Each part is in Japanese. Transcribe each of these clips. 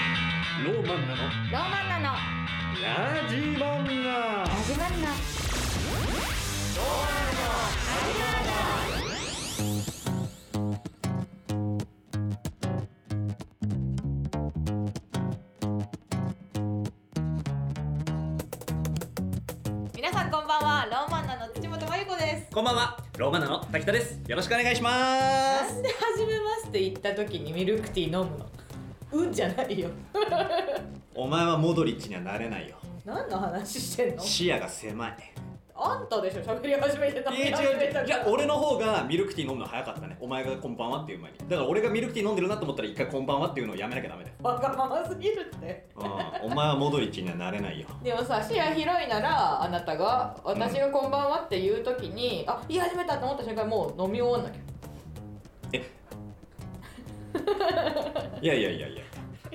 ローマンナのローマンナのラジマンナラジマンナ皆さんこんばんはローマンナの土本真由子ですこんばんはローマンナの滝田ですよろしくお願いしまなんで初めまして行った時にミルクティー飲むのうんじゃないよお前はモドリッチにはなれないよ何の話してんの視野が狭いあんたでしょ喋り始めてたいや違う違ういや俺の方がミルクティー飲むの早かったねお前がこんばんはっていう前にだから俺がミルクティー飲んでるなと思ったら一回こんばんはっていうのをやめなきゃダメだよ、わがまますぎるってうん、お前はモドリッチにはなれないよでもさ視野広いならあなたが私が「こんばんは」って言う時に、あ言い始めたと思った瞬間もう飲み終わんなきえ いやいやいやいやゃ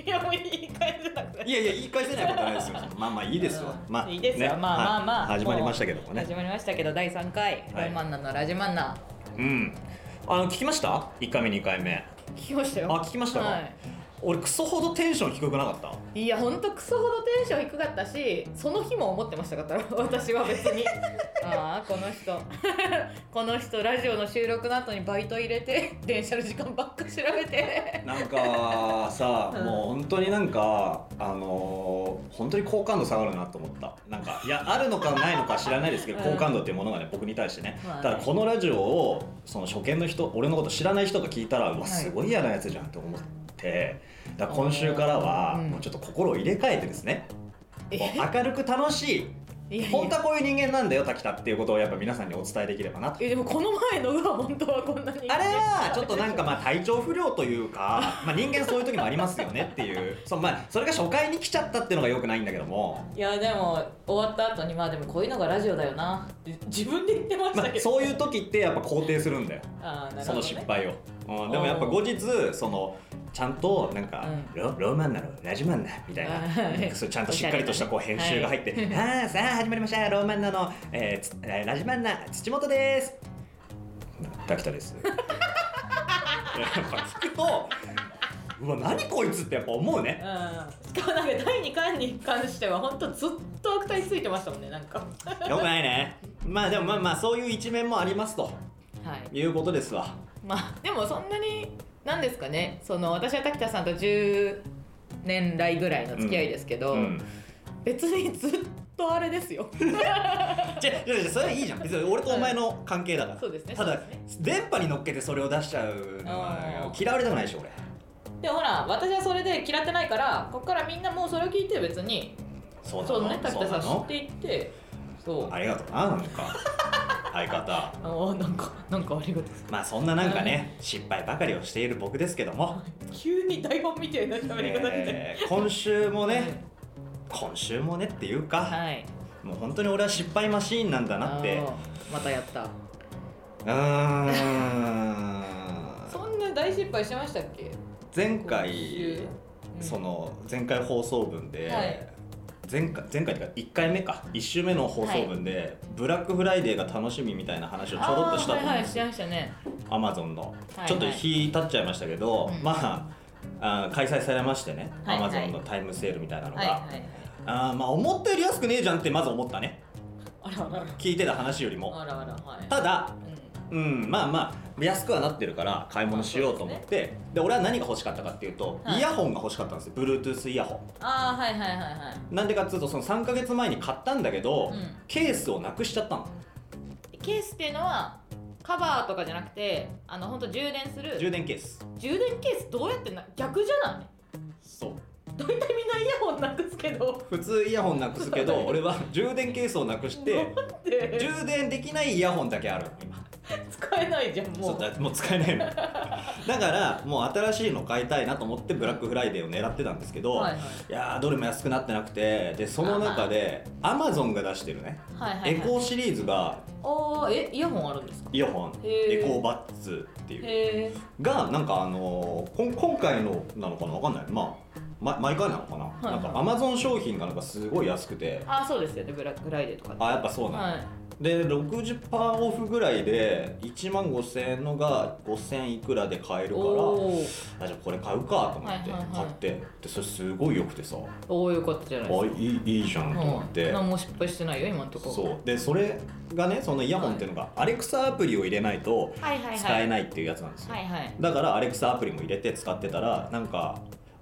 いやもう言い返せなくないやいや言い返せないことないですよまあまあいいですわ、まあいいですよ、まあまあまあ、はい始まりましたけどもね始まりましたけど第3回「はいラジマンナのラジマンナうんあの聞きました1回目2回目」聞きましたよあ聞きましたかはい俺クソほどテンション低くなかったいやほんとクソほどテンション低かったしその日も思ってましたから 私は別にああこの人 この人ラジオの収録の後にバイト入れて電車の時間ばっか調べてなんかさ、うんもう本当になんかあのー本当に好感度下がるなと思ったなんかいやあるのかないのか知らないですけど、うん好感度っていうものがね僕に対してね、まあねただこのラジオをその初見の人俺のこと知らない人が聞いたらうわいすごい嫌なやつじゃんって思ってだから今週からはうんもうちょっと心を入れ替えてですね、えもう明るく楽しいいやいや本当はこういう人間なんだよ滝田っていうことをやっぱ皆さんにお伝えできればなとえでもこの前のが本当はこんなにあれはちょっとなんかまあ体調不良というか、まあ、人間そういう時もありますよねっていうそう、まあ、それが初回に来ちゃったっていうのがよくないんだけども、いやでも終わった後にまあでもこういうのがラジオだよなって自分で言ってましまたあけ、ど、そういう時ってやっぱ肯定するんだよあーなるそほど、ね、の失敗を、うん、でもやっぱ後日そのちゃんとなんか、うんロローマンなのラジマンなみたいあなーはいなんかそうちゃんとしっかりとしたこうおしゃ編れな集が入って「ああさあ始まりましたローマンなの、えーつえーラジマンな土本です」滝田 です。やっぱ聞くとうわ何こいつってやっぱ思うね。うん、しかもなんか第2巻に関しては本当ずっと悪態ついてましたもんねなんかはよくないねまあでもまあまあそういう一面もありますといいうことですわまあでもそんなに何ですかねその私は滝田さんと10年来ぐらいの付き合いですけど、うん別にずっとあれですよじゃじゃそれはいいじゃん別に俺とお前の関係だから、そうですねただそうで電波に乗っけてそれを出しちゃうのあはー嫌われたくないでしょ俺でもほら私はそれで嫌ってないからこっからみんなもうそれを聞いて別にそそうね滝田さん知そうなっていってそうありがとうななんか 相方ああなんかなんかありがとうまあそんななんかね失敗ばかりをしている僕ですけど も、急に台本みたいな喋り方みたいな、えー今週もね今週もねっていうかはいもう本当に俺は失敗マシーンなんだなってあうーまたやったーんそんな大失敗してましたっけ前今回週うんその前回放送分で、はい前回前回っていうか1回目か1週目の放送分で、ブラックフライデーが楽しみみたいな話をちょろっとしたとあ思うーはいんはいでしすてましたねアマゾンの、はいちょっと日経っちゃいましたけど、うんまああー開催されましてね、はいアはマいゾンのタイムセールみたいなのが、はいはいあーまあ思ったより安くねえじゃんってまず思ったねあらあら聞いてた話よりあもらあらはいただううんまあまあ安くはなってるから買い物しようと思って、で俺は何が欲しかったかっていうと、はいイヤホンが欲しかったんですよ Bluetooth イヤホンんああはいはいはいはなんでかっつうとその3ヶ月前に買ったんだけど、うんケースをなくしちゃったのいケースっていうのはカバーとかじゃなくてあの本当充電する充電ケース充電ケースどうやってな逆じゃないそう大体みんなイヤホンなくすけど普通イヤホンなくすけそうだどね俺は充電ケースをなくしてなんで充電できないイヤホンだけあるの今使えないじゃんもそううだもう使えない のだからもう新しいの買いたいなと思ってブラックフライデーを狙ってたんですけど、はいいはいやーどれも安くなってなくてでその中でアマゾンが出してるね、はいはいエはいコーシリーズがああえイヤホンあるんですかイヤホンへエーコーバッツっていうへえがなんかあのーこん今回のなのかなわかんないまあま、毎回なのかな、いはいなんかアマゾン商品がなんかすごい安くてあそうですよねブラックフライデーとかってあやっぱそうなんだ、はいで60%オフぐらいで1万5000円のが5000いくらで買えるかおーらあじゃあこれ買うかと思ってはいはいはい買って、でそれすごい良くてさおーよかったじゃないであすかいいいいじゃんと思って、うん何も失敗してないよ今のところそうでそれがねそのイヤホンっていうのが、アレクサアプリを入れないとはいはいはい使えいないっていうやつなんですよ、はいはいだからアレクサアプリも入れて使ってたらなんか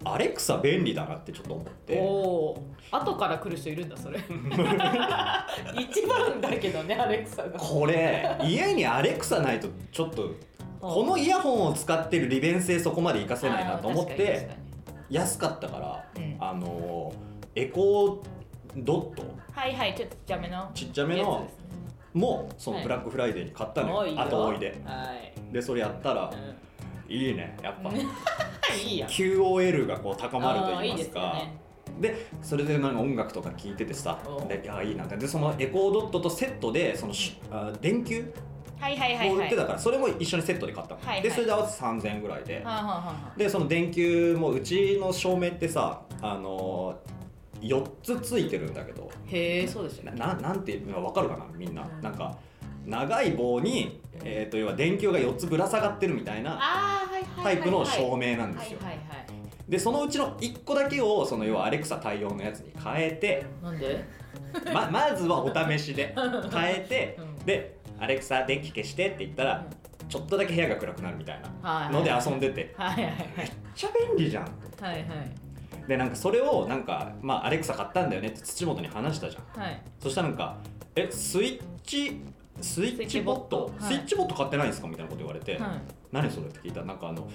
アレクサ便利だなってちょっと思っておお後から来る人いるんだ それ一番だけどねアレクサがこれ家にアレクサないとちょっとこのイヤホンを使ってる利便性そこまで活かせないなと思っあー確てかに安かったから確かにうんあのエコードットはいはいちょっとちっちゃめのちっちゃめのやつですねもそのはいブラックフライデーに買ったの多よ、いよ後追いではい、でそれやったらういいねやっぱんいいや QOL がこう高まるとあー言いいまですすかよねでそれでなんか音楽とか聴いててさおであいいなってでそのエコードットとセットでそのしあ電球はいはいはいも売はっいてたからそれも一緒にセットで買ったの、はいはいでそれで合わせて3000円ぐらいではあ、はあはあはでその電球もうちの照明ってさあのー、4つついてるんだけどあへえそうですよなねななんていうの分かるかなみんな、うんなんか長い棒に、えー、と要は電球が4つぶら下がってるみたいなああはいはいタはいはいイプの照明なんですよ、はいはいはいでそのうちの1個だけをその要はアレクサ対応のやつに変えてなんで ままずはお試しで変えて、うんで「アレクサ電気消して」って言ったら、ちょっとだけ部屋が暗くなるみたいはないので遊んでてはいはいめっちゃ便利じゃんはいはいでなんかそれをなんか、まあ、アレクサ買ったんだよねって土本に話したじゃんはいそしたらなんか「えスイッチスイッチボットスイスイッッチボット買ってないんですか?」みたいなこと言われて「はい何それ?」って聞いたらなんかあの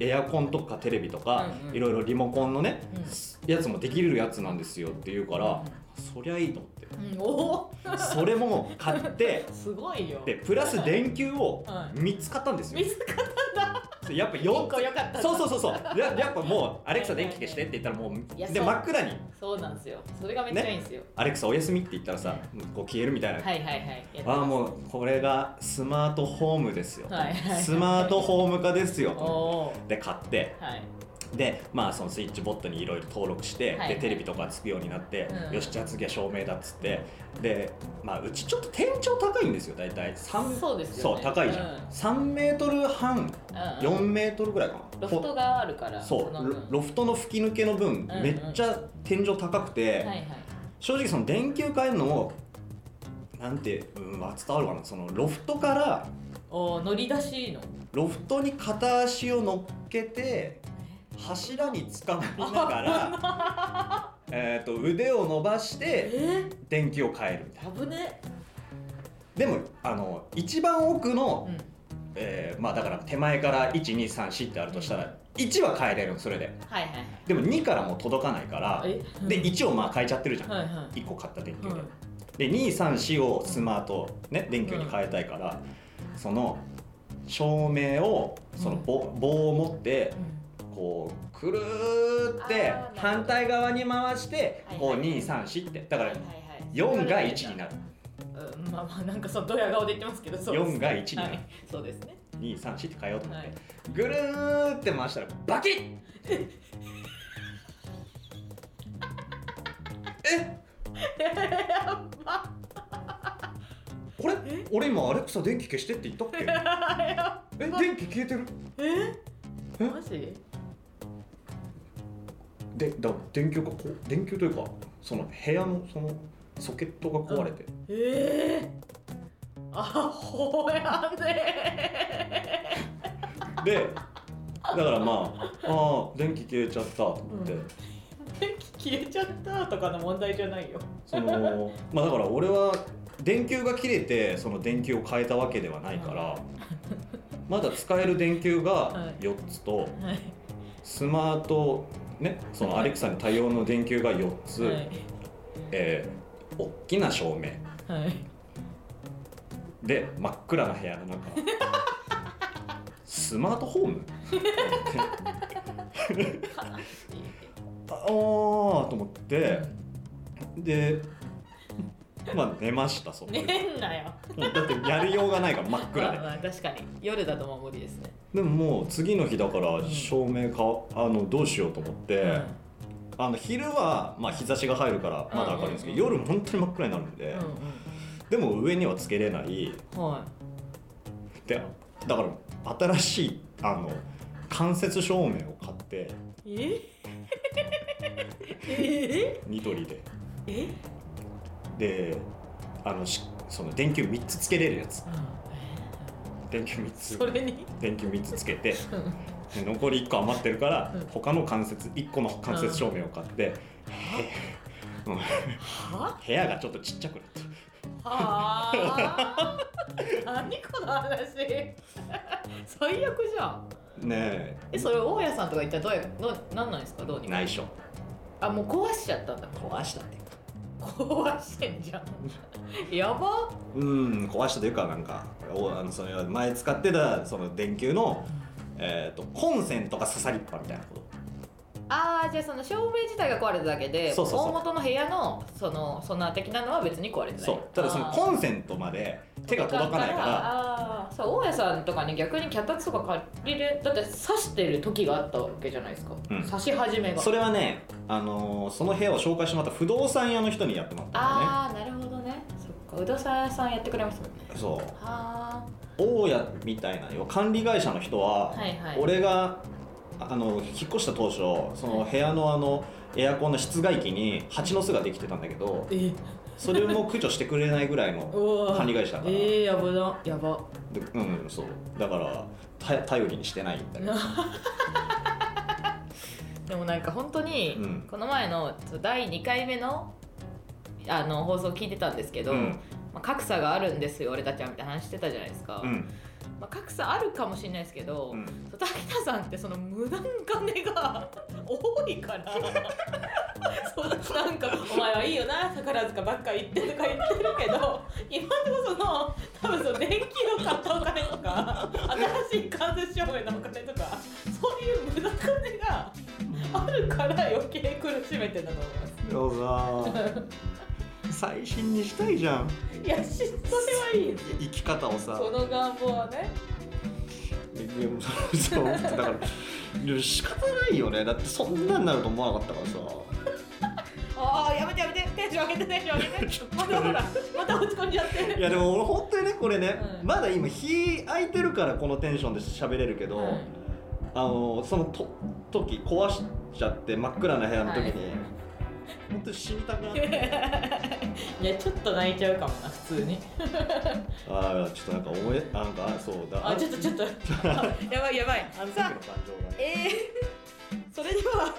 エアコンとかテレビとか、うんうんいろいろリモコンのね、やつもできるやつなんですよって言うから、うそりゃいいと思ってうんおそれも買っておすごいよでプラス電球をはい3つ買ったんですよ、水かやっぱ1 4個良かったそうそうそうそうややっぱもう「アレクサ電気消して」って言ったらもいやうでそう真っ暗にそうなんですよそれがめっちゃいいんですよ、 「アレクサおやすみ」って言ったらさこう消えるみたいな、はいはいはいやっああもうこれがスマートホームですよ、はいはいスマートホーム化ですおよおで買ってはいでまあそのスイッチボットにいろいろ登録して、はいでテレビとかつくようになって、うんよしじゃあ次は照明だっつってでまあうちちょっと天井高いんですよ大体三そうですそよねう高いじゃん、うん3メートル半うんうん4メートルぐらいかな、ロフトがあるからそうのロロフトの吹き抜けの分、んうんめっちゃ天井高くて、はいはい正直その電球変えるのもなんて、うん、まあ伝わるかなそのロフトからおー乗り出しのロフトに片足を乗っけて柱につかみながらえーと腕を伸ばしてえ電球を変えるみたいなー、危ねでもあの一番奥の、うんえーまあだから手前から1234ってあるとしたら1は変えれるのそれではいはいはいでも2からもう届かないからえで1をまあ変えちゃってるじゃん、はいは1個買った電球い、で、うん、で234をスマート、ね、電球に変えたいから、その照明をその棒,、棒を持ってこうくるーってあーなるほど反対側に回してはいはいこう234ってだだから4が1にる、なるうん、まあまあなんかそうドヤ顔で言ってますけどそうです4が1になはるい、そうですね234って変えようと思っはていぐるーって回したらバキ ッやばあれ俺今アレクサ電気消してって言ったっ けえ電気消えてるえマジでだから電球がこう電球というかその部屋のそのソケットが壊れて、ええあほやねでだからまあああ電気消えちゃったと思って、うん電気消え ちゃったとかの問題じゃないよそのまあだから俺は電球が切れてその電球を変えたわけではないから、まだ使える電球がはい4つとはいスマートねそのアレクサに対応の電球が4つ、はいえー大きな照明 はいで真っ暗な部屋の 中スマートホームああーと思ってでまあ寝ましたそこで、寝んなよもうだってやるようがないから真っ暗まあでまあ確かに夜だともう無理ですねでももう次の日だからん照明か、あのどうしようと思って、うんあの昼はまあ日差しが入るからまだ明るいんですけど、うんうん夜本当に真っ暗になるんで、うんでも上にはつけれないうんはでだから新しいあの間接照明を買っていえ え ニトリでえであのしその電球3つつけれるやつうん電球3つそれに電球3つつけてうんで残り1個余ってるから、うん他の間接1個の間接照明を買って、うんは部屋がちょっとちっちゃくなったあ ー何この話 最悪じゃんねえそれ大家さんとか一体どうやどうなんなんですかどうえにか内緒あもう壊しちゃったんだ壊したっていうか壊してんじゃんやばうん壊したというかなんかおあのそれは前使ってたその電球の、えー、とコンセントが刺さりっぱみたいなことあーじゃあその照明自体が壊れただけでそうそうそう大元の部屋のそのソナー的なのは別に壊れてないそうただそのあーコンセントまで手が届かないからあーそう大家さんとかね逆に脚立とか借りるだって刺してる時があったわけじゃないですか、うん刺し始めがそれはね、あのーその部屋を紹介してもらった不動産屋の人にやってもらったんだよねああなるほどねそっかうどさんさんやってくれますもんねそうは大家みたいなよ管理会社の人は、はいはい俺がああの引っ越した当初その部屋のあのエアコンの室外機に蜂の巣ができてたんだけどあえそれも駆除してくれないぐらい の管理会社だから、えー、やばだやば でうんそうだからた頼りにしてないんだけどでもなんか本当に、うんこの前のちょ第2回目のあの放送聞いてたんですけど、うんまあ、格差があるんですよ俺たちはみたいな話してたじゃないですか、うんまあ、格差あるかもしれないですけど、 うんそう滝田さんってその無駄な金が 多いから そうなんか「お前はいいよな宝塚ばっか行って」とか言ってるけど今のとこその多分その電気を買ったお金とか新しい間接照明のお金とかそういう無駄金があるから余計苦しめてんだと思いまよす。さ最新にしたいじゃんいやしそれはいい生き方をさその願望はねいやもうそうだからいや仕方ないよねだってそんなになると思わなかったからさああやめてやめてテンション上げてテンション上げ てまたほらまた落ち込んじゃっていやでも俺本当にねこれね、うんまだ今日空いてるからこのテンションで喋れるけど、はいあのそのと時壊しちゃって真っ暗な部屋の時に、はい本当に死にたくなって いやちょっと泣いちゃうかもな普通にああちょっとなんか思いなんかそうだあちょっとちょっと やばいやばいあの時のさ感あ情がえー、それでは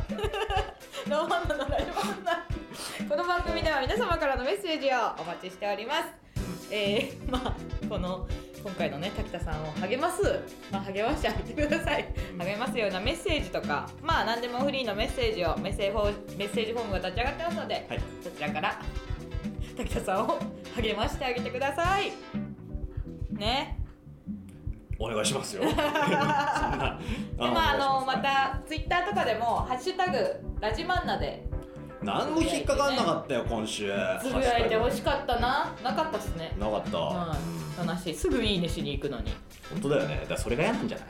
ロマンナのラジオンナこの番組では皆様からのメッセージをお待ちしておりますえー、まあこの今回のね滝田さんを励ます、まあ、励ましてあげてください励ますようなメッセージとかまあ何でもフリーのメッセージをメッセージフォーメッセージフォームが立ち上がってますので、はいそちらから滝田さんを励ましてあげてくださいねお願いし ますよそんなでまああのまお願いしすたツイッターとかでも「ハッシュタグラジマンナ」で何も引っかかんなかったよ今週つぶやいてほしいかったななかったっすねなかった、うん話すぐいいねしに行くのに本当だよねだからそれが嫌なんじゃない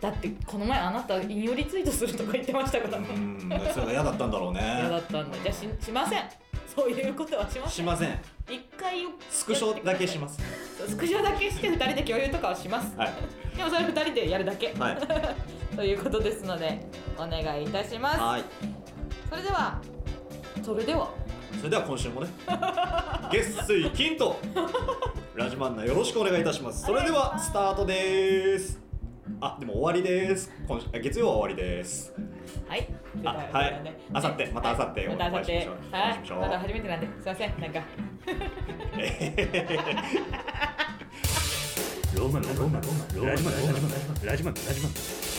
だってこの前あなた引用リツイートするとか言ってましたからねうんそれが嫌だったんだろう嫌だねったんだじゃあししませんそういうことはしませしんません一回よスクショだけしますそうスクショだけして二人で共有とかはしますはいでもそれ二人でやるだけはいということですのでお願いいたしまはいすそれではそれではそれでは今週もね月水金とラジマンナよろしくお願いいたしますそれではスタートですあでも終わりです今週あ月曜は終わりですはい。あはい明後日また明後日はいまた明お後日会いしましょうおは会いしまいしょうまだ初めてなんですいませんなんかローマンローマンローマンローマンラジマンラジマンラジマン